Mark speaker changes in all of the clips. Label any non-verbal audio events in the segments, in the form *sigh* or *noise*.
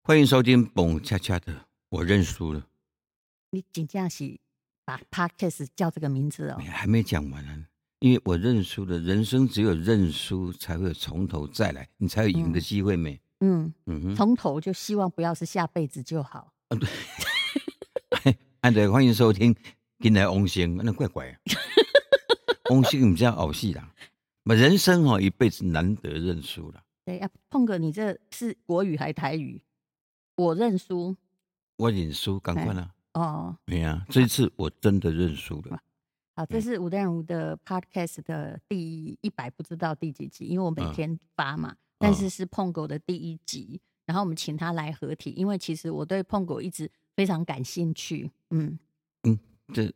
Speaker 1: 欢迎收听《蹦恰恰的》，我认输了，
Speaker 2: 你仅这样是把 podcast 叫这个名字哦
Speaker 1: 哎，还没讲完呢、因为我认输了，人生只有认输才会有从头再来，你才有赢的机会没？
Speaker 2: 嗯，
Speaker 1: 嗯哼，
Speaker 2: 从头就希望不要是下辈子就好。
Speaker 1: 安德，啊欢迎收听，今来翁星，那怪怪、啊，翁星我们样偶戏啦，那人生哦一辈子难得认输了，
Speaker 2: 对呀、啊，碰哥，你这是国语还台语？我认输
Speaker 1: 我认输，赶快啦，
Speaker 2: 哦。
Speaker 1: 对呀、啊，这一次我真的认输了，
Speaker 2: 好，
Speaker 1: 嗯
Speaker 2: 这是吴淡如的 podcast 的第一百不知道第几集，因为我每
Speaker 1: 嗯
Speaker 2: 天发嘛，但是是碰狗的第一集。然后我们请他来合体，因为其实我对碰狗一直非常感兴趣。嗯，
Speaker 1: 这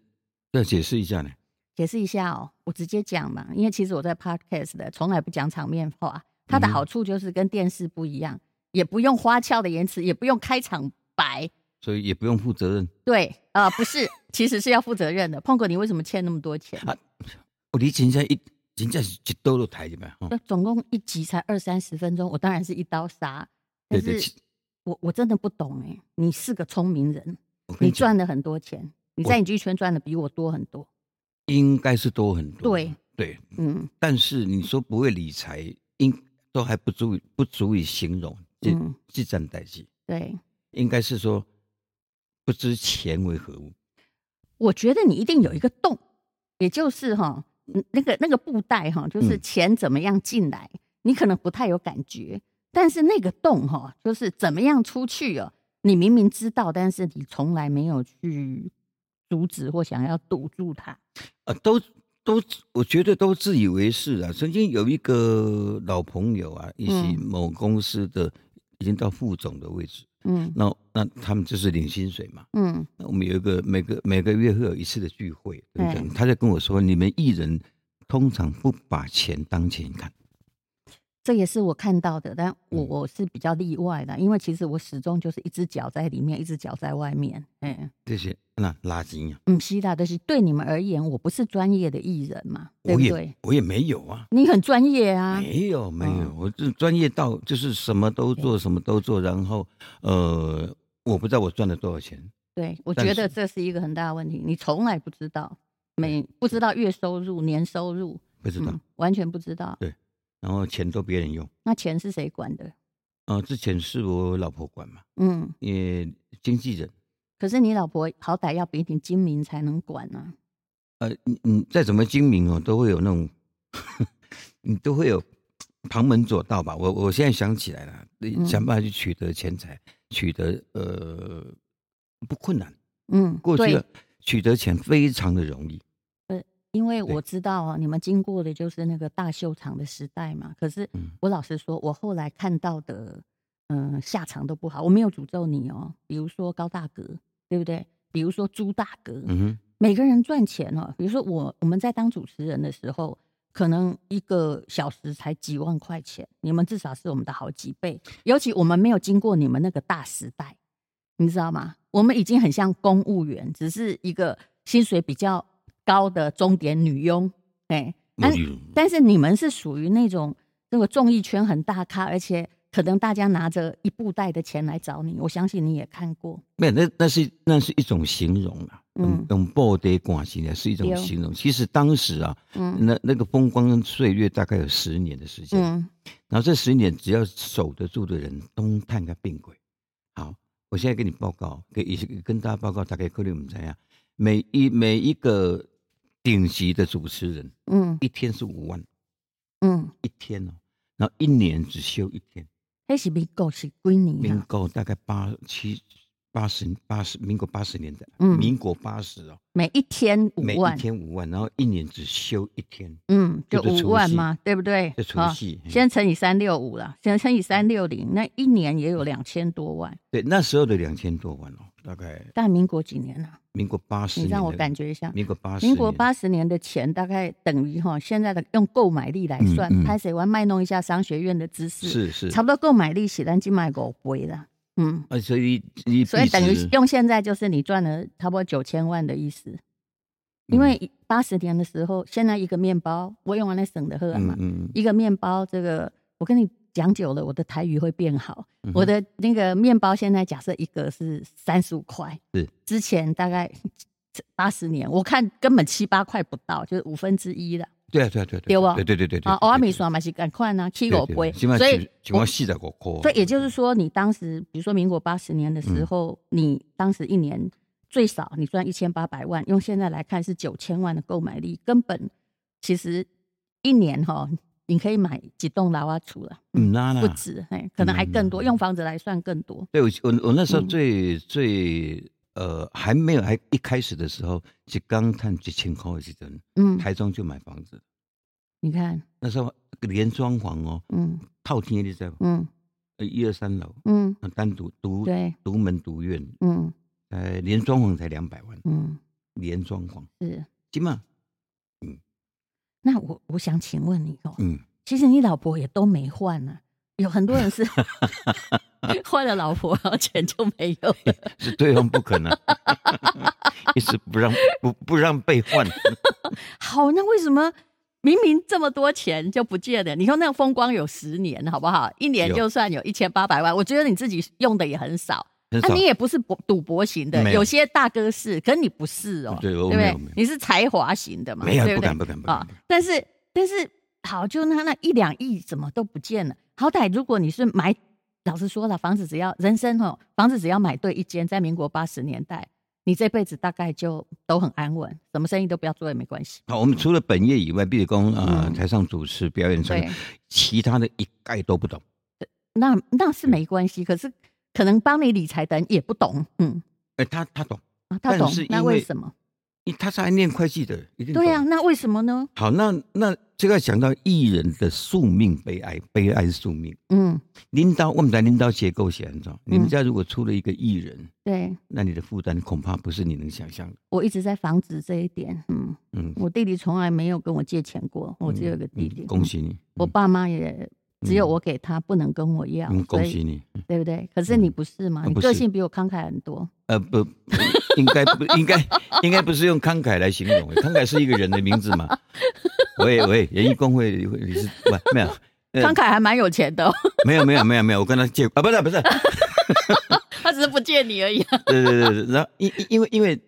Speaker 1: 要解释一下呢，
Speaker 2: 解释一下哦，我直接讲嘛，因为其实我在 podcast 的从来不讲场面话，它
Speaker 1: 嗯
Speaker 2: 的
Speaker 1: 哼
Speaker 2: 好处就是跟电视不一样，也不用花俏的言辞，也不用开场白。
Speaker 1: 所以也不用负责任，
Speaker 2: 对，啊，不是，其实是要负责任的。碰哥，你为什么欠那么多钱？
Speaker 1: 啊我离真正一真正是一刀都抬起来哦哈，
Speaker 2: 那总共一集才二三十分钟，我当然是一刀杀。但
Speaker 1: 对对，
Speaker 2: 是
Speaker 1: 其
Speaker 2: 我我真的不懂哎、你是个聪明人，
Speaker 1: 我跟
Speaker 2: 你
Speaker 1: 讲
Speaker 2: 赚了很多钱，你在影剧圈赚的比我多很多。
Speaker 1: 应该是多很多，
Speaker 2: 对
Speaker 1: 对，
Speaker 2: 嗯
Speaker 1: 但是你说不会理财，应都还不足以不足以形容这、
Speaker 2: 嗯，
Speaker 1: 这站代际，
Speaker 2: 对，
Speaker 1: 应该是说不知钱为何物。
Speaker 2: 我觉得你一定有一个洞，也就是哈，嗯那个那个布袋哈，就是
Speaker 1: 嗯
Speaker 2: 钱怎么样进来，你可能不太有感觉，但是那个洞哈，就是怎么样出去哦，你明明知道，但是你从来没有去阻止或想要堵住它。
Speaker 1: 啊，都都，我觉得都自以为是啊。曾经有一个老朋友啊，一起
Speaker 2: 嗯
Speaker 1: 某公司的、已经到副总的位置，
Speaker 2: 嗯
Speaker 1: 那那他们就是领薪水嘛。
Speaker 2: 嗯
Speaker 1: 那我们有一个每个每个月会有一次的聚会，对不对
Speaker 2: 哎
Speaker 1: 他在跟我说，你们艺人通常不把钱当钱看。
Speaker 2: 这也是我看到的，但我
Speaker 1: 嗯
Speaker 2: 我是比较例外的，因为其实我始终就是一只脚在里面，一只脚在外面。哎，
Speaker 1: 这些那垃圾呀、
Speaker 2: 嗯，希腊的是对你们而言，我不是专业的艺人嘛，对
Speaker 1: 我
Speaker 2: 不
Speaker 1: 也
Speaker 2: 对？
Speaker 1: 我也没有啊，
Speaker 2: 你很专业啊，
Speaker 1: 没有没有，
Speaker 2: 嗯
Speaker 1: 我这专业到就是什么都做，什么都做，然后呃，我不知道我赚了多少钱，
Speaker 2: 对，我
Speaker 1: 但
Speaker 2: 觉得
Speaker 1: 是
Speaker 2: 这是一个很大的问题，你从来不知道，每不知道月收入、年收入，
Speaker 1: 不知道，
Speaker 2: 嗯，完全不知道。
Speaker 1: 然后钱都别人用。
Speaker 2: 那钱是谁管的？
Speaker 1: 啊、之前是我老婆管嘛，
Speaker 2: 嗯，
Speaker 1: 也经纪人，
Speaker 2: 可是你老婆好歹要比你精明才能管啊。
Speaker 1: 呃，你你再怎么精明哦，都会有那种， *laughs* 你都会有旁门左道吧。我我现在想起来了，
Speaker 2: 嗯
Speaker 1: 想办法去取得钱财，取得呃不困难。
Speaker 2: 嗯，
Speaker 1: 过去
Speaker 2: 对
Speaker 1: 了，取得钱非常的容易，
Speaker 2: 因为
Speaker 1: 对
Speaker 2: 我知道啊，你们经过的就是那个大秀场的时代嘛。可是
Speaker 1: 嗯
Speaker 2: 我老实说，我后来看到的，嗯、下场都不好。我没有诅咒你哦，比如说高大格，对不对？比如说朱大格，
Speaker 1: 嗯哼，
Speaker 2: 每个人赚钱哦，比如说我我们在当主持人的时候，可能一个小时才几万块钱，你们至少是我们的好几倍。尤其我们没有经过你们那个大时代，你知道吗？我们已经很像公务员，只是一个薪水比较高的钟点女佣，哎，
Speaker 1: 我
Speaker 2: 但
Speaker 1: 有
Speaker 2: 但是你们是属于那种那个综艺圈很大咖，而且可能大家拿着一布袋的钱来找你，我相信你也看过，
Speaker 1: 没有，那那是那是一种形容啦。嗯
Speaker 2: 嗯，
Speaker 1: 用暴跌关系呢啊是一种
Speaker 2: 对哦
Speaker 1: 形容。其实当时啊，
Speaker 2: 嗯
Speaker 1: 那那个风光岁月大概有十年的时间，
Speaker 2: 嗯
Speaker 1: 然后这十年只要守得住的人，东探个病鬼。好，我现在跟你报告，跟也是跟大家报告，大概可能我们怎样？每一每一个顶级的主持人，
Speaker 2: 嗯
Speaker 1: 一天是五万
Speaker 2: 嗯，
Speaker 1: 一天哦，然后一年只休一天。
Speaker 2: 那是民国是几年
Speaker 1: 民
Speaker 2: 啊？
Speaker 1: 国大概八七八十八十，民国八十年代，
Speaker 2: 嗯
Speaker 1: 民国八十哦，
Speaker 2: 每一天五
Speaker 1: 每
Speaker 2: 万
Speaker 1: 一，天五万，然后一年只休一天，
Speaker 2: 嗯，就
Speaker 1: 就是除
Speaker 2: 五万
Speaker 1: 夕
Speaker 2: 嘛，对不对
Speaker 1: 就？除
Speaker 2: 啊，
Speaker 1: 夕。嗯
Speaker 2: 先乘以三六五了，先乘以三六零，那一年也有两千多万。
Speaker 1: 对，那时候的两千多万哦，大概
Speaker 2: 但民国几年啊？
Speaker 1: 民国八十
Speaker 2: 你
Speaker 1: 年代，
Speaker 2: 让我感觉一下，
Speaker 1: 民国八十，
Speaker 2: 民国八十年的钱大概等于哈现在的用购买力来算
Speaker 1: 嗯嗯，
Speaker 2: 拍谁玩卖弄一下商学院的知识，
Speaker 1: 是是
Speaker 2: 差，不多购买力是咱去买五倍了，嗯。
Speaker 1: 啊，所以你
Speaker 2: 所以等于
Speaker 1: 币值
Speaker 2: 用现在就是你赚了差不多九千万的意思，因
Speaker 1: 嗯
Speaker 2: 为八十年的时候，现在一个面包我用完来省的喝嘛，
Speaker 1: 嗯嗯，
Speaker 2: 一个面包，这个我跟你讲久了，我的台语会变好。
Speaker 1: 嗯
Speaker 2: 我的那个面包现在假设一个是三十五块，
Speaker 1: 是
Speaker 2: 之前大概八十年，我看根本七八块不到，就是五分之一了
Speaker 1: 对啊对啊对啊
Speaker 2: 对吧
Speaker 1: 对对对对对
Speaker 2: 啊。欧阿米刷嘛是赶快呢，七
Speaker 1: 对
Speaker 2: 狗
Speaker 1: 对
Speaker 2: 杯，
Speaker 1: 起码
Speaker 2: 所以
Speaker 1: 是起码四十五块，
Speaker 2: 所以也就是说，你当时比如说民国八十年的时
Speaker 1: 嗯
Speaker 2: 候，你当时一年最少你赚一千八百万，用现在来看是九千万的购买力，根本其实一年哈，你可以买几栋老瓦厝了，
Speaker 1: 嗯啦
Speaker 2: 不
Speaker 1: 啦。
Speaker 2: 止，哎，可能还更多，用房子来算更多。
Speaker 1: 对我我我那时候
Speaker 2: 嗯
Speaker 1: 最、最呃还没有还一开始的时候是刚探一千块的时阵，
Speaker 2: 嗯，
Speaker 1: 台中就买房子，
Speaker 2: 你看，
Speaker 1: 那时候连装潢哦，
Speaker 2: 嗯
Speaker 1: 套厅你知道不？
Speaker 2: 嗯
Speaker 1: 呃一二三楼，
Speaker 2: 嗯，
Speaker 1: 呃单独独
Speaker 2: 对，
Speaker 1: 独门独院，
Speaker 2: 嗯
Speaker 1: 呃，连装潢才两百万，
Speaker 2: 嗯
Speaker 1: 连装潢，
Speaker 2: 是。
Speaker 1: 起码
Speaker 2: 那我我想请问你哦，
Speaker 1: 嗯，
Speaker 2: 其实你老婆也都没换呢、有很多人是 *laughs* 换了老婆，然后钱就没有了。
Speaker 1: 是对方不可能， *laughs* 一直不让不不让被换，
Speaker 2: 好，那为什么明明这么多钱就不见了？你说那个风光有十年，好不好？一年
Speaker 1: 有
Speaker 2: 就算有一千八百万，我觉得你自己用的也很少。
Speaker 1: 很
Speaker 2: 那、
Speaker 1: 少
Speaker 2: 啊你。也不是博赌博型的，
Speaker 1: 没有
Speaker 2: 有些大哥是，可你不是哦，
Speaker 1: 对我
Speaker 2: 不
Speaker 1: 没
Speaker 2: 对
Speaker 1: 有没有？
Speaker 2: 你是才华型的嘛？
Speaker 1: 没有
Speaker 2: 对
Speaker 1: 不
Speaker 2: 对哦啊
Speaker 1: 敢不敢不敢不敢
Speaker 2: 但是但是好，就那那一两亿怎么都不见了？好歹如果你是买，老实说了，房子只要人生哦，房子只要买对一间，在民国八十年代，你这辈子大概就都很安稳，什么生意都不要做也没关系。
Speaker 1: 好，我们除了本业以外，比如讲啊
Speaker 2: 嗯，
Speaker 1: 台上主持、表演上
Speaker 2: 对，
Speaker 1: 其他的一概都不懂。
Speaker 2: 那那
Speaker 1: 嗯
Speaker 2: 是没关系，可是可能帮你理财的人也不懂，嗯，
Speaker 1: 哎，他他懂，
Speaker 2: 啊他
Speaker 1: 但
Speaker 2: 懂
Speaker 1: 是，因
Speaker 2: 那为
Speaker 1: 为
Speaker 2: 什么？
Speaker 1: 因为他是爱念会计的，一定
Speaker 2: 对呀、
Speaker 1: 懂
Speaker 2: 那为什么呢？
Speaker 1: 好，那那这个讲到艺人的宿命悲哀，悲哀宿命。
Speaker 2: 嗯，
Speaker 1: 领导，我们在领导结构是按照你们家如果出了一个艺人，
Speaker 2: 对。
Speaker 1: 那你的负担恐怕不是你能想象的。
Speaker 2: 我一直在防止这一点。嗯，
Speaker 1: 嗯，
Speaker 2: 我弟弟从来没有跟我借钱过，我只有一个弟弟。
Speaker 1: 嗯恭喜你，
Speaker 2: 我爸妈也只有我给他，不能跟我要，
Speaker 1: 嗯，
Speaker 2: 所
Speaker 1: 恭喜
Speaker 2: 以
Speaker 1: 你。
Speaker 2: 对不对？可是你不是嘛？
Speaker 1: 嗯
Speaker 2: 你
Speaker 1: 不是
Speaker 2: 个性比我慷慨很多。
Speaker 1: 呃，不， *laughs* 应该不应该应该不是用慷慨来形容，慷慨是一个人的名字嘛。喂喂，演艺工会你是不没有呃
Speaker 2: 慷慨还蛮有钱的哦， *laughs*
Speaker 1: 没有没有没有没有，我跟他借啊，不是不是，
Speaker 2: 他只是不借你而已。啊
Speaker 1: *laughs* 对对对对，然后因因因为因为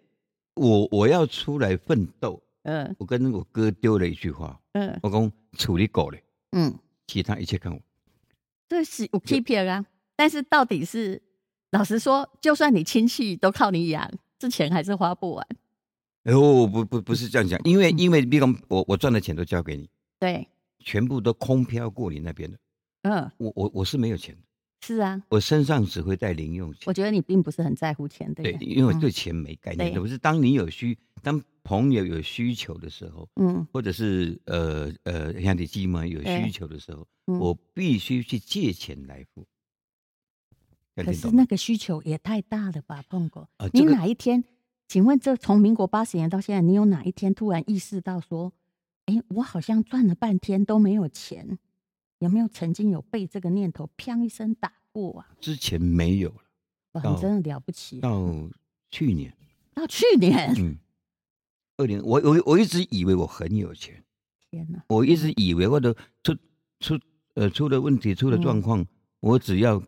Speaker 1: 我我要出来奋斗，
Speaker 2: 嗯
Speaker 1: 我跟我哥丢了一句话，
Speaker 2: 嗯
Speaker 1: 我讲处理狗嘞，
Speaker 2: 嗯，
Speaker 1: 其他一切看我。
Speaker 2: 这是我 keep 啊。但是到底是，老实说，就算你亲戚都靠你养，这钱还是花不完。
Speaker 1: 哎呦，不不不是这样讲，因为因为比方我我赚的钱都交给你，
Speaker 2: 对，
Speaker 1: 全部都空飘过你那边的，
Speaker 2: 嗯，
Speaker 1: 我我我是没有钱的，
Speaker 2: 是啊，
Speaker 1: 我身上只会带零用钱
Speaker 2: 我。觉得你并不是嗯很在乎钱的
Speaker 1: 对，
Speaker 2: 人。
Speaker 1: 因为我对钱没概念，
Speaker 2: 对
Speaker 1: 可是当你有需，当朋友有需求的时候，
Speaker 2: 嗯
Speaker 1: 或者是呃呃像你弟嘛有需
Speaker 2: 对
Speaker 1: 求的时候，
Speaker 2: 嗯，
Speaker 1: 我必须去借钱来付。要
Speaker 2: 可
Speaker 1: 听
Speaker 2: 是
Speaker 1: 懂
Speaker 2: 那
Speaker 1: 吗？
Speaker 2: 个需求也太大了吧，碰哥？
Speaker 1: 啊
Speaker 2: 你
Speaker 1: 这个
Speaker 2: 哪一天？请问，这从民国八十年到现在，你有哪一天突然意识到说，哎、我好像赚了半天都没有钱？有没有曾经有被这个念头砰一声打过啊？
Speaker 1: 之前没有了，
Speaker 2: 哇，
Speaker 1: 到
Speaker 2: 你真的了不起！
Speaker 1: 到去年，
Speaker 2: 到去年，
Speaker 1: 嗯，二零，我我我一直以为我很有钱，
Speaker 2: 天哪！
Speaker 1: 我一直以为或者出出呃出了问题出了
Speaker 2: 嗯
Speaker 1: 状况，我只要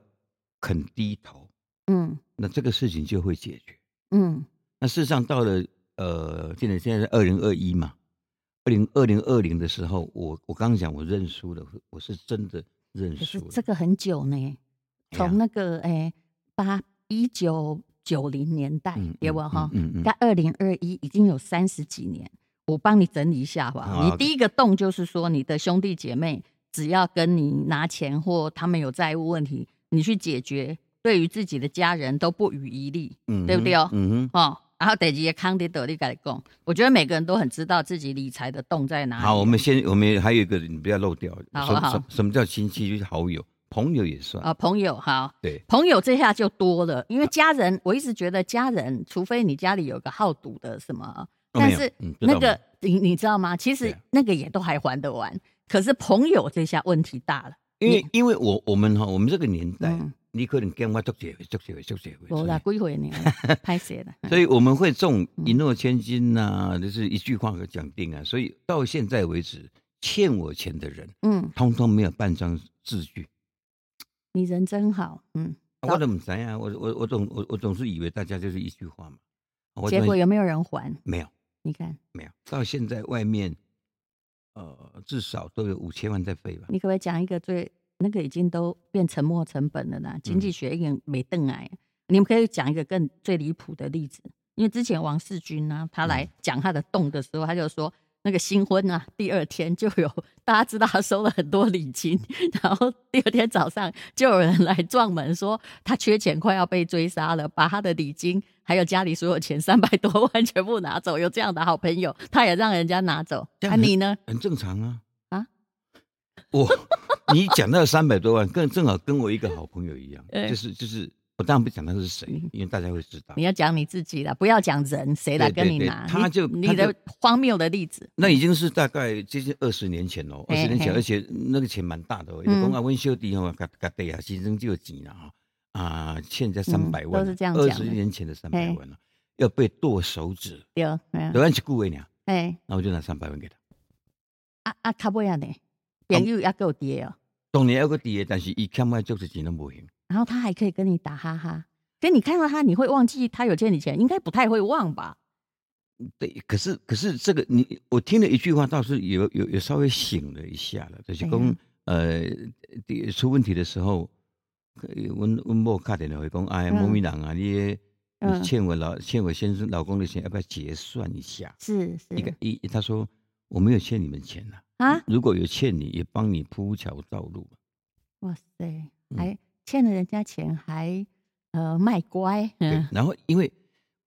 Speaker 1: 肯低头，
Speaker 2: 嗯
Speaker 1: 那这个事情就会解决。
Speaker 2: 嗯
Speaker 1: 那事实上到了呃，现在现在是二零二一嘛，二零二零二零的时候，我我刚刚讲我认输了，我是真的认输
Speaker 2: 可是
Speaker 1: 了。
Speaker 2: 这个很久呢，
Speaker 1: 哎呀
Speaker 2: 从那个诶八一九九零年代
Speaker 1: 嗯，
Speaker 2: 对吧？哈、
Speaker 1: 嗯嗯嗯
Speaker 2: 到二零二一已经有三十几年，我帮你整理一下吧。
Speaker 1: 好
Speaker 2: 你第一个动就是说，你的兄弟姐妹只要跟你拿钱或他们有债务问题，你去解决，对于自己的家人都不遗余力，
Speaker 1: 嗯
Speaker 2: 对不对哦
Speaker 1: 哼嗯哼，
Speaker 2: 哦。然后得个康迪德利改供，我觉得每个人都很知道自己理财的洞在哪里。
Speaker 1: 好，我们先我们还有一个你不要漏掉，
Speaker 2: 哎好
Speaker 1: 什么
Speaker 2: 好
Speaker 1: 什么什么叫亲戚？就是好友、朋友也算。
Speaker 2: 啊，朋友哈，
Speaker 1: 对，
Speaker 2: 朋友这下就多了，因为家人，我一直觉得家人，除非你家里有个好赌的什么，
Speaker 1: 哦没
Speaker 2: 但
Speaker 1: 有
Speaker 2: 是
Speaker 1: 嗯知道
Speaker 2: 那个、你你知道吗？其
Speaker 1: 对
Speaker 2: 实
Speaker 1: 啊
Speaker 2: 那个也都还还得完，可是朋友这下问题大了。
Speaker 1: 因为因为我我们哈，我们这个年代
Speaker 2: 嗯，
Speaker 1: 你可能跟我做结婚、做结婚、做结婚，
Speaker 2: 我啦，归回
Speaker 1: *laughs*
Speaker 2: 你拍谁的？
Speaker 1: 所以我们会中一诺千金呐、就是一句话讲定啊。所以到现在为止，欠我钱的人，
Speaker 2: 嗯，
Speaker 1: 通通没有半张字据。
Speaker 2: 你人真好，嗯。
Speaker 1: 啊我都唔知啊，我我我总我我总是以为大家就是一句话嘛，啊我
Speaker 2: 结
Speaker 1: 总
Speaker 2: 果有没有人还？
Speaker 1: 没有
Speaker 2: 你看，
Speaker 1: 没有，到现在外面，呃，至少都有五千万在飞吧。
Speaker 2: 你可不可以讲一个最那个已经都变沉没成本了
Speaker 1: 嗯
Speaker 2: 啦？经济学一点没邓癌，你们可以讲一个更最离谱的例子，因为之前王世军呢、他来
Speaker 1: 嗯
Speaker 2: 讲他的洞的时候，他就说。那个新婚啊，第二天就有大家知道他收了很多礼金， *laughs* 然后第二天早上就有人来撞门说他缺钱，快要被追杀了，把他的礼金还有家里所有钱三百多万全部拿走。有这样的好朋友，他也让人家拿走。
Speaker 1: 这
Speaker 2: 那、
Speaker 1: 样很
Speaker 2: 你呢？
Speaker 1: 很正常啊。
Speaker 2: 啊，
Speaker 1: 我你讲到三百多万，更正好跟我一个好朋友一样，
Speaker 2: *laughs* 哎
Speaker 1: 就是就是，我当然不讲他是谁
Speaker 2: 嗯，
Speaker 1: 因为大家会知道
Speaker 2: 你。要讲你自己了，不要讲人谁来
Speaker 1: 对
Speaker 2: 跟
Speaker 1: 对
Speaker 2: 你
Speaker 1: 对
Speaker 2: 拿。
Speaker 1: 他
Speaker 2: 你
Speaker 1: 就
Speaker 2: 你
Speaker 1: 他
Speaker 2: 的
Speaker 1: 就
Speaker 2: 荒谬的例子，
Speaker 1: 那已经是大概接近二十年前喽，二
Speaker 2: 嘿
Speaker 1: 十年前，
Speaker 2: 嘿
Speaker 1: 而且那个钱蛮大的哦。
Speaker 2: 嗯
Speaker 1: 有讲啊，温小弟吼，甲甲地啊，先生就有钱了哈，啊，欠人家三百万啊，
Speaker 2: 嗯都是这样讲
Speaker 1: 二
Speaker 2: 的
Speaker 1: 十年前的三百
Speaker 2: 嘿
Speaker 1: 万了，啊要被剁手指，
Speaker 2: 对，嗯
Speaker 1: 对，按去顾问俩，
Speaker 2: 哎，
Speaker 1: 那我就拿三百万给他。
Speaker 2: 啊啊，卡布亚呢？朋友也够爹哦，
Speaker 1: 当年还有个底的，但是伊欠我就是钱都无用。
Speaker 2: 然后他还可以跟你打哈哈。可你看到他，你会忘记他有欠你钱，应该不太会忘吧？
Speaker 1: 对，可是可是这个你我听了一句话，倒是有有有稍微醒了一下了，就是
Speaker 2: 怎
Speaker 1: 讲
Speaker 2: 样
Speaker 1: 呃第出问题的时候，呃阮阮某打电话讲，哎呀，某
Speaker 2: 嗯
Speaker 1: 咪人啊，你的
Speaker 2: 嗯
Speaker 1: 你欠我老欠我先生老公的钱，要不要结算一下？
Speaker 2: 是
Speaker 1: 一个
Speaker 2: 是
Speaker 1: 一他说我没有欠你们钱呐、
Speaker 2: 啊，
Speaker 1: 如果有欠你，也帮你铺桥造路。
Speaker 2: 哇塞，
Speaker 1: 嗯
Speaker 2: 还欠了人家钱还呃卖乖，
Speaker 1: 对，
Speaker 2: 嗯，
Speaker 1: 然后因为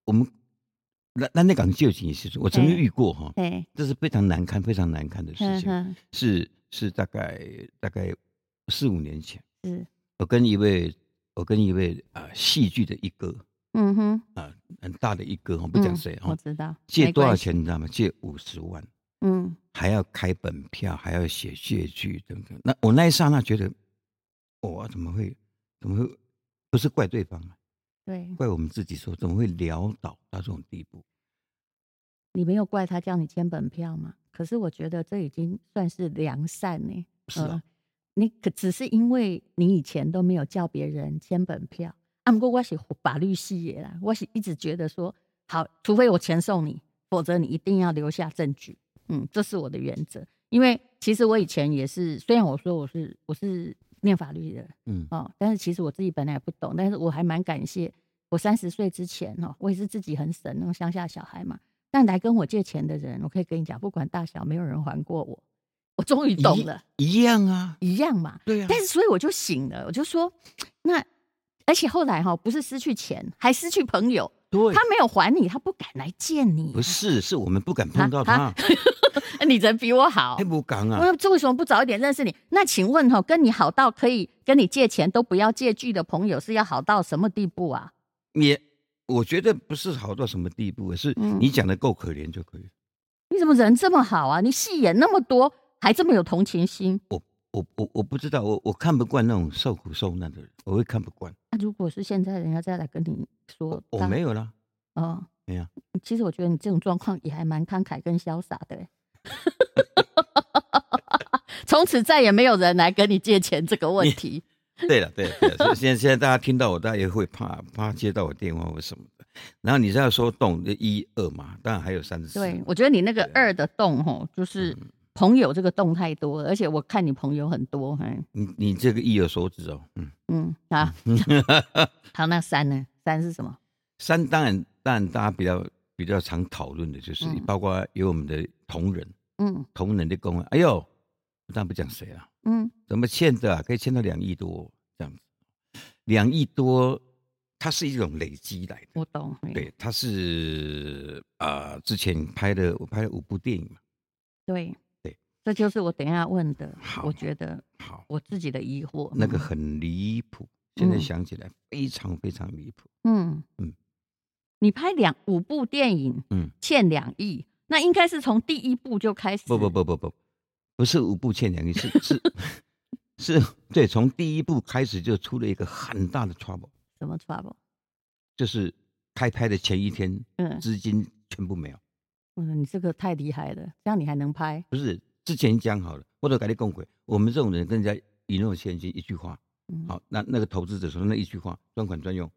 Speaker 1: 我们那那那港救济事情，我曾经
Speaker 2: 对
Speaker 1: 遇过哈，
Speaker 2: 对，
Speaker 1: 这是非常难堪、非常难堪的事
Speaker 2: 哎嗯
Speaker 1: 情。
Speaker 2: 哼，
Speaker 1: 是是大概大概四五年前，
Speaker 2: 是，
Speaker 1: 我跟一位我跟一位啊戏剧的一哥，
Speaker 2: 嗯哼，
Speaker 1: 很大的一哥哈，不
Speaker 2: 嗯
Speaker 1: 讲谁哈
Speaker 2: 我，知道，
Speaker 1: 借
Speaker 2: 没
Speaker 1: 多少
Speaker 2: 关系？
Speaker 1: 钱你知道吗？借五十万，
Speaker 2: 嗯，
Speaker 1: 还要开本票，还要写借据等等。那我那一刹那觉得，我、怎么会怎么会不是怪对方啊，
Speaker 2: 对，
Speaker 1: 怪我们自己说怎么会潦倒到这种地步？
Speaker 2: 你没有怪他叫你签本票嘛？可是我觉得这已经算是良善呢、
Speaker 1: 是啊
Speaker 2: 呃你可只是因为你以前都没有叫别人签本票。啊，不过我是法律系的啦，我是一直觉得说，好，除非我钱送你，否则你一定要留下证据。嗯，这是我的原则。因为其实我以前也是，虽然我说我是我是念法律的，
Speaker 1: 嗯
Speaker 2: 哦，但是其实我自己本来也不懂，但是我还蛮感谢我三十岁之前哦，我也是自己很省那种乡下小孩嘛。但来跟我借钱的人，我可以跟你讲，不管大小，没有人还过我。我终于懂了，
Speaker 1: 一样啊，
Speaker 2: 一样嘛。
Speaker 1: 对啊，
Speaker 2: 但是所以我就醒了，我就说，那而且后来哈、不是失去钱，还失去朋友。
Speaker 1: 对
Speaker 2: 他，没有还你，他不敢来见你
Speaker 1: 不。是是我们不敢碰到
Speaker 2: 啊
Speaker 1: 他，
Speaker 2: 你人比我好
Speaker 1: 黑，不讲
Speaker 2: *laughs*
Speaker 1: 啊，
Speaker 2: 那这为什么不早一点认识你？那请问哈、跟你好到可以跟你借钱都不要借据的朋友，是要好到什么地步啊？
Speaker 1: 也，我觉得不是好到什么地步，是
Speaker 2: 嗯
Speaker 1: 你讲的够可怜就可以了。
Speaker 2: 你怎么人这么好啊？你戏演那么多，还这么有同情心？
Speaker 1: 我我我不知道，我我看不惯那种受苦受难的人，我会看不惯。
Speaker 2: 那、如果是现在人家再来跟你说，
Speaker 1: 我
Speaker 2: 他
Speaker 1: 没有啦，
Speaker 2: 哦，
Speaker 1: 没有。
Speaker 2: 其实我觉得你这种状况也还蛮慷慨跟潇洒的欸。 *laughs* 从此再也没有人来跟你借钱这个问题。
Speaker 1: 对了对了对了，所以现在现在大家听到我，大家也会怕怕接到我电话或什么的。然后你知道说动一二嘛，当然还有三四。
Speaker 2: 对，我觉得你那个
Speaker 1: 对啊嗯
Speaker 2: 二的洞吼，就是朋友这个洞太多了，而且我看你朋友很多，嘿，
Speaker 1: 你你这个意有所指哦，嗯，
Speaker 2: 嗯
Speaker 1: *laughs*
Speaker 2: 啊，好，那三呢？三是什么？
Speaker 1: 三当然当然大家比较比较常讨论的就是，
Speaker 2: 嗯
Speaker 1: 包括有我们的同仁，
Speaker 2: 嗯
Speaker 1: 同仁的公安，哎呦，我当然不讲谁了、
Speaker 2: 嗯，
Speaker 1: 怎么欠的、啊？可以欠到两亿多这样子，两亿多，它是一种累积来的。
Speaker 2: 我懂。嘿
Speaker 1: 对，它是啊、呃之前拍的我拍了五部电影嘛。
Speaker 2: 对
Speaker 1: 对，
Speaker 2: 这就是我等一下问的。
Speaker 1: 好
Speaker 2: 我觉得
Speaker 1: 好，
Speaker 2: 我自己的疑惑。
Speaker 1: 那个
Speaker 2: 嗯
Speaker 1: 很离谱，现在
Speaker 2: 嗯
Speaker 1: 想起来非常非常离谱。
Speaker 2: 嗯
Speaker 1: 嗯
Speaker 2: 嗯，你拍两五部电影，
Speaker 1: 嗯
Speaker 2: 嗯，欠两亿，那应该是从第一部就开始。
Speaker 1: 不不，不不不，不是五部欠两亿，是是 *laughs* 是，对，从第一部开始就出了一个很大的 trouble，
Speaker 2: 什么 trouble？
Speaker 1: 就是开拍的前一天
Speaker 2: 嗯，
Speaker 1: 资金全部没有。
Speaker 2: 我说你这个太厉害了，这样你还能拍？
Speaker 1: 不是之前讲好了，我都跟你讲过，我们这种人跟人家一诺千金，一句话，
Speaker 2: 嗯
Speaker 1: 好，那那个投资者说那一句话，专款专用。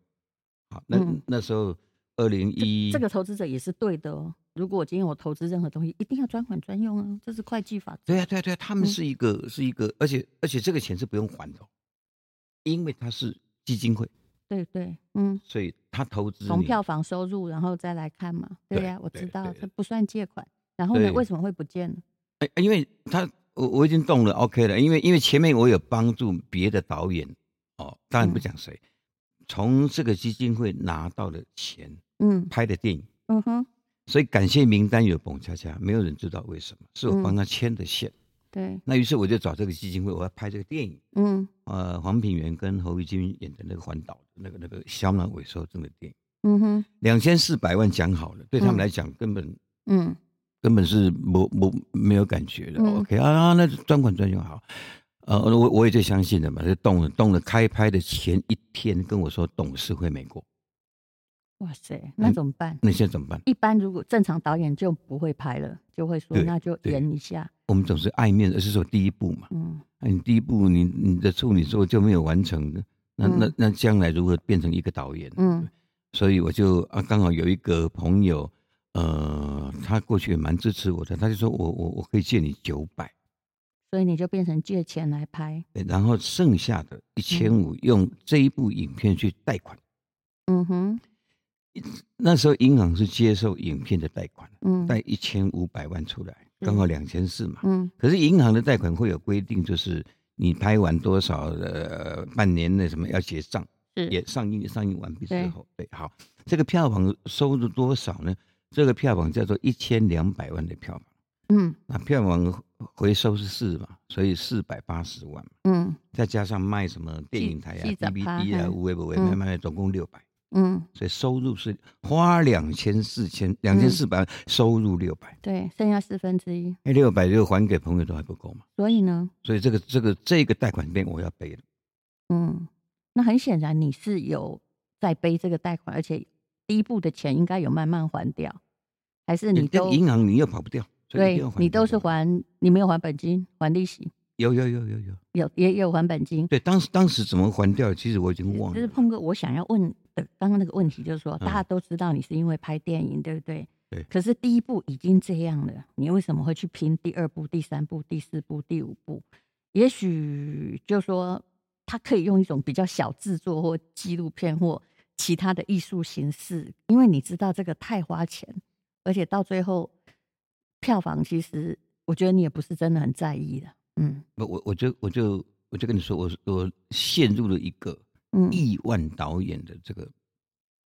Speaker 1: 好，那、
Speaker 2: 嗯
Speaker 1: 那时候二零一
Speaker 2: 这个投资者也是对的哦。如果今天我投资任何东西，一定要专款专用啊，这是会计法。
Speaker 1: 对呀、啊对呀、对呀、他们
Speaker 2: 嗯
Speaker 1: 是一个、是一个，而且而且这个钱是不用还的哦，因为它是基金会，
Speaker 2: 对对，嗯，
Speaker 1: 所以他投资
Speaker 2: 从
Speaker 1: 你
Speaker 2: 票房收入然后再来看嘛。对
Speaker 1: 对
Speaker 2: 呀、我
Speaker 1: 对
Speaker 2: 知道
Speaker 1: 对
Speaker 2: 这不算借款。然后呢
Speaker 1: 对，
Speaker 2: 为什么会不见呢？
Speaker 1: 哎因为他我我已经动了 OK 了，因为因为前面我有帮助别的导演哦，当然不
Speaker 2: 嗯
Speaker 1: 讲谁，从这个基金会拿到了钱
Speaker 2: 嗯
Speaker 1: 拍的电影，
Speaker 2: 嗯哼，
Speaker 1: 所以感谢名单有彭恰恰，没有人知道为什么，是我帮
Speaker 2: 嗯
Speaker 1: 他牵的线。
Speaker 2: 对，
Speaker 1: 那于是我就找这个基金会，我要拍这个电影，
Speaker 2: 嗯
Speaker 1: 呃，黄品源跟侯玉金演的那个环岛那个那个小脑萎缩症的电影。
Speaker 2: 嗯哼，
Speaker 1: 两千四百万讲好了，对他们
Speaker 2: 嗯
Speaker 1: 来讲根本、
Speaker 2: 嗯
Speaker 1: 根本是没没没有感觉的。
Speaker 2: 嗯
Speaker 1: OK 啊，那专款专用好。呃，我我也就相信了嘛，就动了动了。开拍的前一天跟我说董事会没过，
Speaker 2: 哇塞，那
Speaker 1: 嗯
Speaker 2: 怎么办？
Speaker 1: 那现在怎么办？
Speaker 2: 一般如果正常导演就不会拍了，就会说
Speaker 1: 对
Speaker 2: 那就
Speaker 1: 对
Speaker 2: 演一下。
Speaker 1: 我们总是爱面子，而是说第一步嘛。
Speaker 2: 嗯
Speaker 1: 那你第一步你你的处女座就没有完成的，那那
Speaker 2: 嗯
Speaker 1: 那将来如何变成一个导演？
Speaker 2: 嗯
Speaker 1: 所以我就啊，刚好有一个朋友，呃，他过去也蛮支持我的，他就说我我我可以借你九百，
Speaker 2: 所以你就变成借钱来拍。
Speaker 1: 然后剩下的一千五用这一部影片去贷款。
Speaker 2: 嗯哼，
Speaker 1: 那时候银行是接受影片的贷款，
Speaker 2: 嗯
Speaker 1: 贷一千五百万出来，
Speaker 2: 嗯
Speaker 1: 刚好两千四嘛。
Speaker 2: 嗯
Speaker 1: 可是银行的贷款会有规定，就是你拍完多少呃半年内什么要结账，
Speaker 2: 是
Speaker 1: 也上映上映完毕之
Speaker 2: 对
Speaker 1: 后，对，好，这个票房收入多少呢？这个票房叫做一千两百万的票房，
Speaker 2: 嗯
Speaker 1: 那票房回收是四嘛，所以四百八十万嘛，
Speaker 2: 嗯
Speaker 1: 再加上卖什么电影台啊、
Speaker 2: 记记者趴
Speaker 1: DVD 啊、
Speaker 2: 嘿
Speaker 1: 无为不为，
Speaker 2: 嗯
Speaker 1: 慢慢的总共六百，
Speaker 2: 嗯，
Speaker 1: 所以收入是花两千四千两千四百
Speaker 2: 嗯
Speaker 1: 万，收入六百，
Speaker 2: 对，剩下四分之一。
Speaker 1: 哎，六百就还给朋友都还不够嘛，
Speaker 2: 所以呢，
Speaker 1: 所以这个这个这个贷款变我要背了。
Speaker 2: 嗯，那很显然你是有在背这个贷款，而且第一步的钱应该有慢慢还掉，还是你
Speaker 1: 跟
Speaker 2: 都
Speaker 1: 银行你又跑不掉，所以一
Speaker 2: 对
Speaker 1: 定要还
Speaker 2: 你
Speaker 1: 贷
Speaker 2: 都是
Speaker 1: 款
Speaker 2: 还，你没有还本金，还利息，
Speaker 1: 有有有有有。
Speaker 2: 有也有还本金。
Speaker 1: 对，当时当时怎么还掉，其实我已经忘
Speaker 2: 就
Speaker 1: 了
Speaker 2: 是。碰哥，我想要问的刚刚那个问题，就是说
Speaker 1: 嗯
Speaker 2: 大家都知道你是因为拍电影，对不对？
Speaker 1: 对
Speaker 2: 可是第一部已经这样了，你为什么会去拼第二部、第三部、第四部、第五部？也许就说他可以用一种比较小制作或纪录片或其他的艺术形式，因为你知道这个太花钱，而且到最后票房其实我觉得你也不是真的很在意的。嗯
Speaker 1: 我我我就我就我就跟你说，我我陷入了一个
Speaker 2: 嗯
Speaker 1: 亿万导演的这个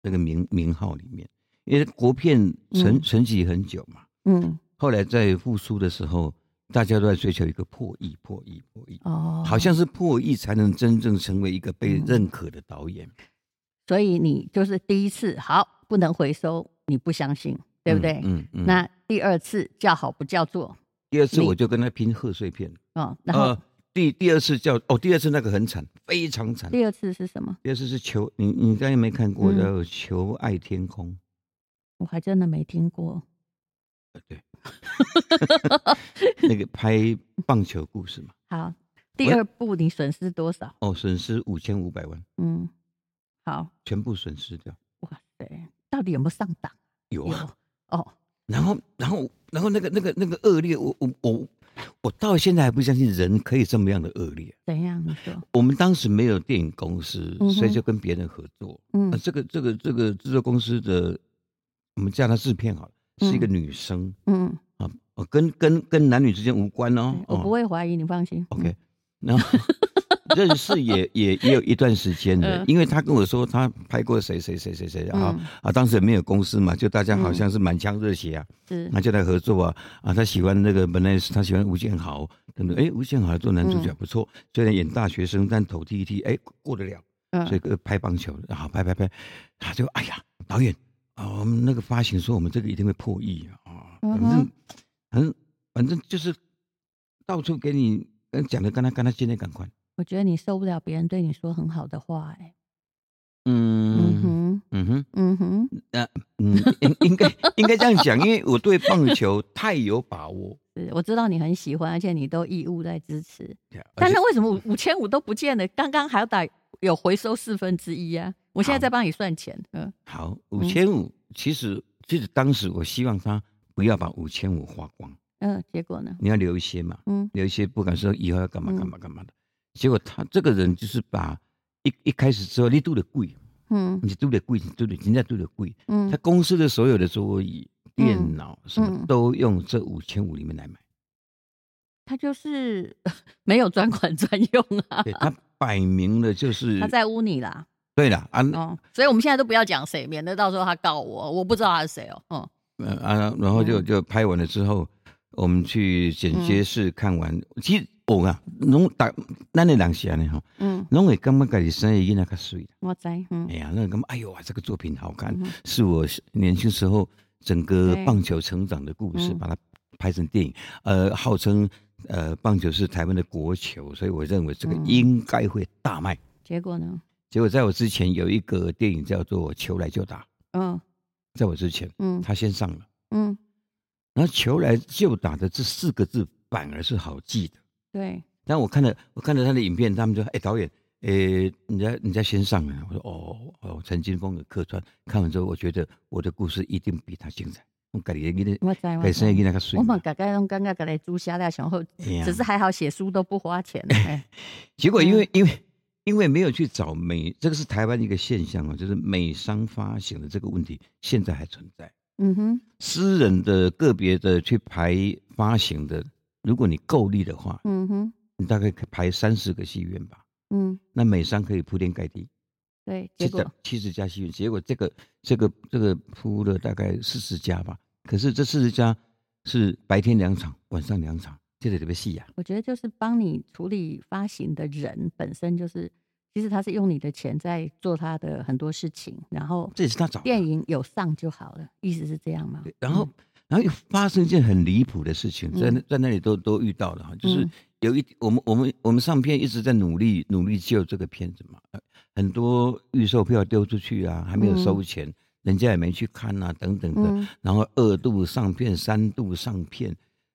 Speaker 1: 这个名名号里面，因为国片沉
Speaker 2: 嗯
Speaker 1: 沉寂很久嘛，
Speaker 2: 嗯
Speaker 1: 后来在复苏的时候，大家都在追求一个破亿、破亿、破亿，
Speaker 2: 哦，
Speaker 1: 好像是破亿才能真正成为一个被
Speaker 2: 嗯
Speaker 1: 认可的导演。
Speaker 2: 所以你就是第一次好不能回收，你不相信，对不对？
Speaker 1: 嗯嗯。
Speaker 2: 那第二次叫好不叫座
Speaker 1: 第二次
Speaker 2: 你
Speaker 1: 我就跟他拼贺岁片，
Speaker 2: 哦，然后
Speaker 1: 呃第第二次叫哦，第二次那个很惨，非常惨。
Speaker 2: 第二次是什么？
Speaker 1: 第二次是求你，你刚才没看过
Speaker 2: 嗯
Speaker 1: 叫《求爱天空》 *laughs*
Speaker 2: 我还真的没听过。
Speaker 1: 呃对，那个拍棒球故事嘛，
Speaker 2: 好，第二步你损失多少？
Speaker 1: 哦，损失五千五百万，
Speaker 2: 嗯，好，
Speaker 1: 全部损失掉。
Speaker 2: 哇塞，到底有没有上档？
Speaker 1: 有
Speaker 2: 有
Speaker 1: 啊，
Speaker 2: 哦，
Speaker 1: 然后，然后，然后那个那个那个恶劣，我我我我到现在还不相信人可以这么样的恶劣。
Speaker 2: 怎样？你
Speaker 1: *laughs*
Speaker 2: 说，
Speaker 1: 我们当时没有电影公司
Speaker 2: 嗯，哼
Speaker 1: 所以就跟别人合作。
Speaker 2: 嗯
Speaker 1: 那这个这个这个制作公司的，我们叫她制片好了，是一个
Speaker 2: 嗯
Speaker 1: 女生
Speaker 2: 嗯，
Speaker 1: 啊，哦，跟跟跟男女之间无关哦
Speaker 2: 对。我
Speaker 1: 哦
Speaker 2: 不会怀疑，你放心。嗯
Speaker 1: OK，然后认识也也也有一段时间的
Speaker 2: 嗯，
Speaker 1: 因为他跟我说他拍过谁谁谁谁谁
Speaker 2: 嗯
Speaker 1: 啊啊，当时也没有公司嘛，就大家好像是满腔热血啊，
Speaker 2: 是，
Speaker 1: 那就来合作啊啊，他喜欢那个本来是他喜欢吴建豪等等，哎，吴建豪做男主
Speaker 2: 嗯
Speaker 1: 角不错，虽然演大学生，但头踢一踢，哎，过得了，所以
Speaker 2: 嗯
Speaker 1: 呃拍棒球的好拍拍拍，他就哎呀导演啊，我们那个发行说我们这个一定会破亿啊，
Speaker 2: 嗯
Speaker 1: 反正
Speaker 2: 哼
Speaker 1: 反正反正就是到处给你呃讲的，跟他跟他今天赶快。
Speaker 2: 我觉得你受不了别人对你说很好的话、哎，嗯
Speaker 1: 嗯
Speaker 2: 哼，
Speaker 1: 嗯哼，
Speaker 2: 嗯哼，
Speaker 1: 嗯，应应该应该这样讲，因为我对棒球太有把握，
Speaker 2: 是，我知道你很喜欢，而且你都义务在支持。
Speaker 1: 对啊而
Speaker 2: 但
Speaker 1: 且
Speaker 2: 是为什么五千五都不见了？刚刚好歹有回收四分之一啊！我现在
Speaker 1: 好
Speaker 2: 在帮你算钱，嗯，
Speaker 1: 好五千五，其实其实当时我希望他不要把五千五花光，
Speaker 2: 嗯，结果呢？
Speaker 1: 你要留一些嘛，
Speaker 2: 嗯
Speaker 1: 留一些不敢说以后要干嘛
Speaker 2: 嗯
Speaker 1: 干嘛干嘛的。结果他这个人就是把一一开始之后，你都得贵，
Speaker 2: 嗯
Speaker 1: 你都得贵，你都得人家都得贵。
Speaker 2: 嗯
Speaker 1: 他，公司的所有的桌椅、
Speaker 2: 嗯
Speaker 1: 电脑什么
Speaker 2: 嗯
Speaker 1: 都用这五千五里面来买，
Speaker 2: 他就是 *laughs* 呃没有专款专用啊，
Speaker 1: 对他摆明了就是
Speaker 2: 他在污你啦。
Speaker 1: 对了啊
Speaker 2: 哦，所以我们现在都不要讲谁，免得到时候他告我，我不知道他是谁哦。嗯
Speaker 1: 呃啊，然后就就拍完了之后，我们去剪
Speaker 2: 嗯
Speaker 1: 接室看完。其实我啊，拢打咱的人是安尼吼，
Speaker 2: 嗯，
Speaker 1: 拢会感觉家己生意囡仔较水。
Speaker 2: 我知，嗯
Speaker 1: 哎呀，那个感觉哎呦啊，这个作品好看
Speaker 2: 嗯哼，
Speaker 1: 是我年轻时候整个
Speaker 2: 对
Speaker 1: 棒球成长的故事，
Speaker 2: 嗯
Speaker 1: 把它拍成电影。呃，号称呃棒球是台湾的国球，所以我认为这个
Speaker 2: 嗯
Speaker 1: 应该会大卖。
Speaker 2: 结果呢？
Speaker 1: 结果在我之前有一个电影叫做《球来就打》，
Speaker 2: 嗯
Speaker 1: 在我之前
Speaker 2: 嗯
Speaker 1: 他先上了。
Speaker 2: 嗯，
Speaker 1: 然后球来就打的这四个字反而是好记的。
Speaker 2: 对，
Speaker 1: 但我看了我看了他的影片，他们就哎、导演，呃、你在你在先上啊？我说哦哦，陈金峰的客串，看完之后我觉得我的故事一定比他精彩。我感觉你的
Speaker 2: 我知，我
Speaker 1: 改生
Speaker 2: 知。
Speaker 1: 意那个水
Speaker 2: 我，们大概都刚刚给来租下来，然后
Speaker 1: 哎呀
Speaker 2: 只是还好写书都不花
Speaker 1: *laughs*
Speaker 2: 钱。哎
Speaker 1: 结果因
Speaker 2: 嗯
Speaker 1: 为因为因为没有去找美，这个是台湾一个现象哦，就是美商发行的这个问题现在还存在。
Speaker 2: 嗯哼，
Speaker 1: 私人的个别的去排发行的，如果你够力的话，
Speaker 2: 嗯哼，
Speaker 1: 你大概可以排三十个戏院吧。
Speaker 2: 嗯，
Speaker 1: 那美商可以铺天盖地，
Speaker 2: 对，
Speaker 1: 七十
Speaker 2: 结果
Speaker 1: 七十家戏院，结果这个这个这个铺了大概四十家吧，可是这四十家是白天两场，晚上两场，这个特别细啊呀、
Speaker 2: 我觉得就是帮你处理发行的人本身就是，其实他是用你的钱在做他的很多事情，然后
Speaker 1: 这也是他找的
Speaker 2: 电影有上就好了，意思是这样吗
Speaker 1: 对，？然后、然后又发生一件很离谱的事情，在那在那里都都遇到了哈，就是
Speaker 2: 嗯
Speaker 1: 有一我们我们我们上片一直在努力努力救这个片子嘛，呃很多预售票丢出去啊，还没有收钱，人家也没去看啊，等等的，
Speaker 2: 嗯
Speaker 1: 然后二度上片，三度上片。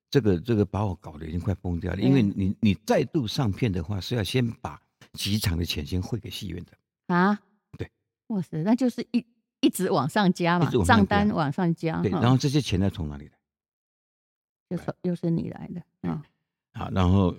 Speaker 1: 这个这个把我搞得已经快疯掉了，
Speaker 2: 对
Speaker 1: 因为你你再度上片的话，是要先把几场的钱先汇给戏院的，
Speaker 2: 啊，
Speaker 1: 对，
Speaker 2: 哇塞，那就是一一直往上加嘛
Speaker 1: 一直，往上
Speaker 2: 啊账
Speaker 1: 加
Speaker 2: 单往上加，
Speaker 1: 对，
Speaker 2: 哈
Speaker 1: 然后这些钱要从哪里来？
Speaker 2: 就从又是你来的，嗯
Speaker 1: 啊，然后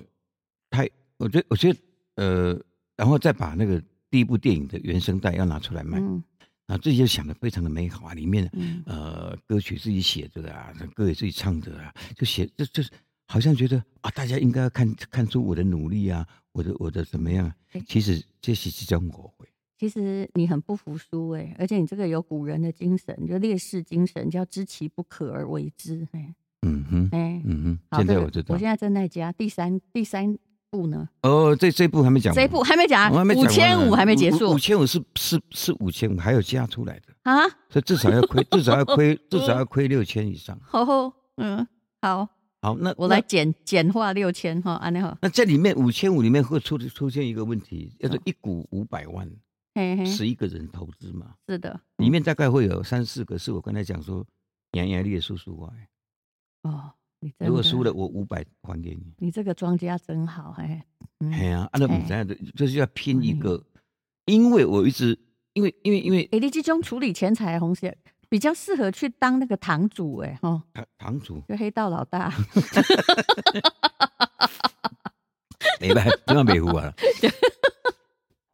Speaker 1: 他，我觉得，我觉得，呃，然后再把那个第一部电影的原声带要拿出来卖，
Speaker 2: 嗯
Speaker 1: 然后自己就想的非常的美好啊，里面
Speaker 2: 嗯
Speaker 1: 呃歌曲自己写的啊，歌也自己唱的啊，就写就就是好像觉得啊，大家应该要看看出我的努力啊，我的我的怎么样啊
Speaker 2: 对？
Speaker 1: 其实这是一种误会，
Speaker 2: 其实你很不服输哎、而且你这个有古人的精神，就烈士精神，叫知其不可而为之，哎、
Speaker 1: 嗯哼，
Speaker 2: 哎、
Speaker 1: 嗯哼，
Speaker 2: 好
Speaker 1: 现在
Speaker 2: 这个
Speaker 1: 我知道
Speaker 2: 我。现在正在加第三第三部呢，
Speaker 1: 哦，这这部还没讲完，
Speaker 2: 这一部还没讲
Speaker 1: 我还没，讲
Speaker 2: 五
Speaker 1: 完啊，
Speaker 2: 千五还没结
Speaker 1: 五
Speaker 2: 束
Speaker 1: 千五是是是五千五，还有加出来的。
Speaker 2: 啊，
Speaker 1: 所以至少要亏，至少要亏，至少要亏六千以上。
Speaker 2: 好，嗯，好，
Speaker 1: 好，那
Speaker 2: 我
Speaker 1: 那
Speaker 2: 来简简化六千哈，安尼好，
Speaker 1: 那这里面五千五里面会出出现一个问题，叫做一股五百万，
Speaker 2: 嘿嘿，
Speaker 1: 十一个人投资嘛，
Speaker 2: 是的，
Speaker 1: 里面大概会有三四个是我刚才讲说杨杨丽的叔叔啊，
Speaker 2: 哦，你真的
Speaker 1: 如果输了，我五百还给你。
Speaker 2: 你这个庄家真好哎、嗯
Speaker 1: 哎呀，按照我们这样的，就是要拼一个，因为我一直因为因为因为
Speaker 2: 诶你这种处理钱财的红线比较适合去当那个堂主哎、哈、
Speaker 1: 堂堂主
Speaker 2: 就黑道老大，
Speaker 1: 没办法，千万别
Speaker 2: *laughs*
Speaker 1: 胡啊。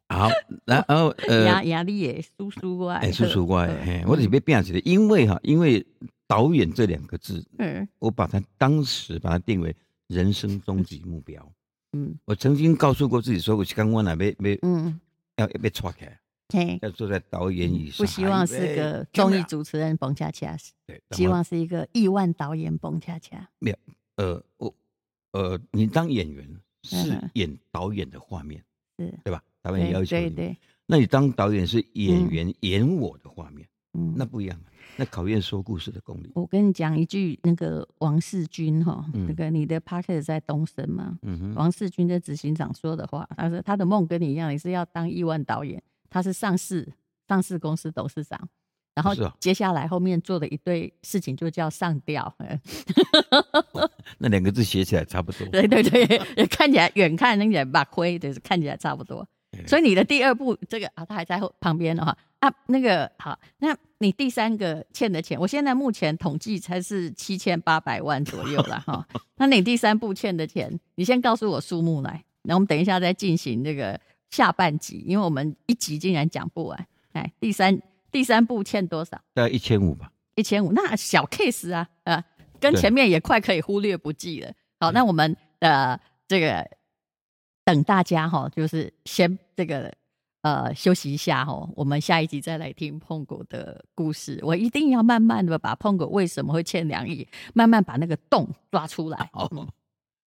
Speaker 1: 好，然后 *laughs* 呃，
Speaker 2: 压压力也叔叔外，呃
Speaker 1: 哎，叔叔我的
Speaker 2: 呵
Speaker 1: 嘿，我就是要变起来，因为哈，因为导演这两个字，
Speaker 2: 嗯
Speaker 1: 我把它当时把它定为人生终极目标。
Speaker 2: 嗯
Speaker 1: 我曾经告诉过自己说，我去刚我哪被被
Speaker 2: 嗯，
Speaker 1: 要要被抓起来，
Speaker 2: 嘿，
Speaker 1: 要坐在导演椅上。
Speaker 2: 嗯不希望是个综艺
Speaker 1: 组，
Speaker 2: 主持人彭恰恰，
Speaker 1: 哎对，啊
Speaker 2: 希
Speaker 1: 希望
Speaker 2: 望是一个亿万导演彭恰恰，
Speaker 1: 呃，我呃，你当演员是
Speaker 2: 嗯哼
Speaker 1: 演导演的画面，
Speaker 2: 是
Speaker 1: 对吧？导演
Speaker 2: 对
Speaker 1: 要求
Speaker 2: 对
Speaker 1: 你，
Speaker 2: 对，
Speaker 1: 那你当导演是演
Speaker 2: 嗯
Speaker 1: 员演我的画面，
Speaker 2: 嗯
Speaker 1: 那不一样啊，那考验说故事的功力。
Speaker 2: 我跟你讲一句，那个王世军哈，
Speaker 1: 嗯
Speaker 2: 那个你的 p a r k e t 在东升嘛，
Speaker 1: 嗯哼。
Speaker 2: 王世军的执行长说的话，他说他的梦跟你一样，也是要当亿万导演，他是上市上市公司董事长。然后
Speaker 1: 是啊
Speaker 2: 哎接下来后面做的一堆事情就叫上吊，
Speaker 1: 那两个字写起来差不多。
Speaker 2: 对对 *laughs* 对，看起来远看那个把灰，就是看起来差不多。
Speaker 1: 对
Speaker 2: 所以你的第二步，这个啊，他还在后旁边呢哈啊，那个好，那你第三个欠的钱，我现在目前统计才是七千八百万左右了哈。那你第三步欠的钱，你先告诉我数目来，那我们等一下再进行那个下半集，因为我们一集竟然讲不完。哎，第三第三步欠多少？
Speaker 1: 大概一千五吧。
Speaker 2: 一千五，那小 case 啊，呃，跟
Speaker 1: 对嗯
Speaker 2: 前面也快可以忽略不计了。好，那我们呃，这个等大家哈，就是先这个呃休息一下哈，我们下一集再来听碰狗的故事。我一定要慢慢的把碰狗为什么会欠两亿，慢慢把那个洞抓出来。
Speaker 1: 好
Speaker 2: 嗯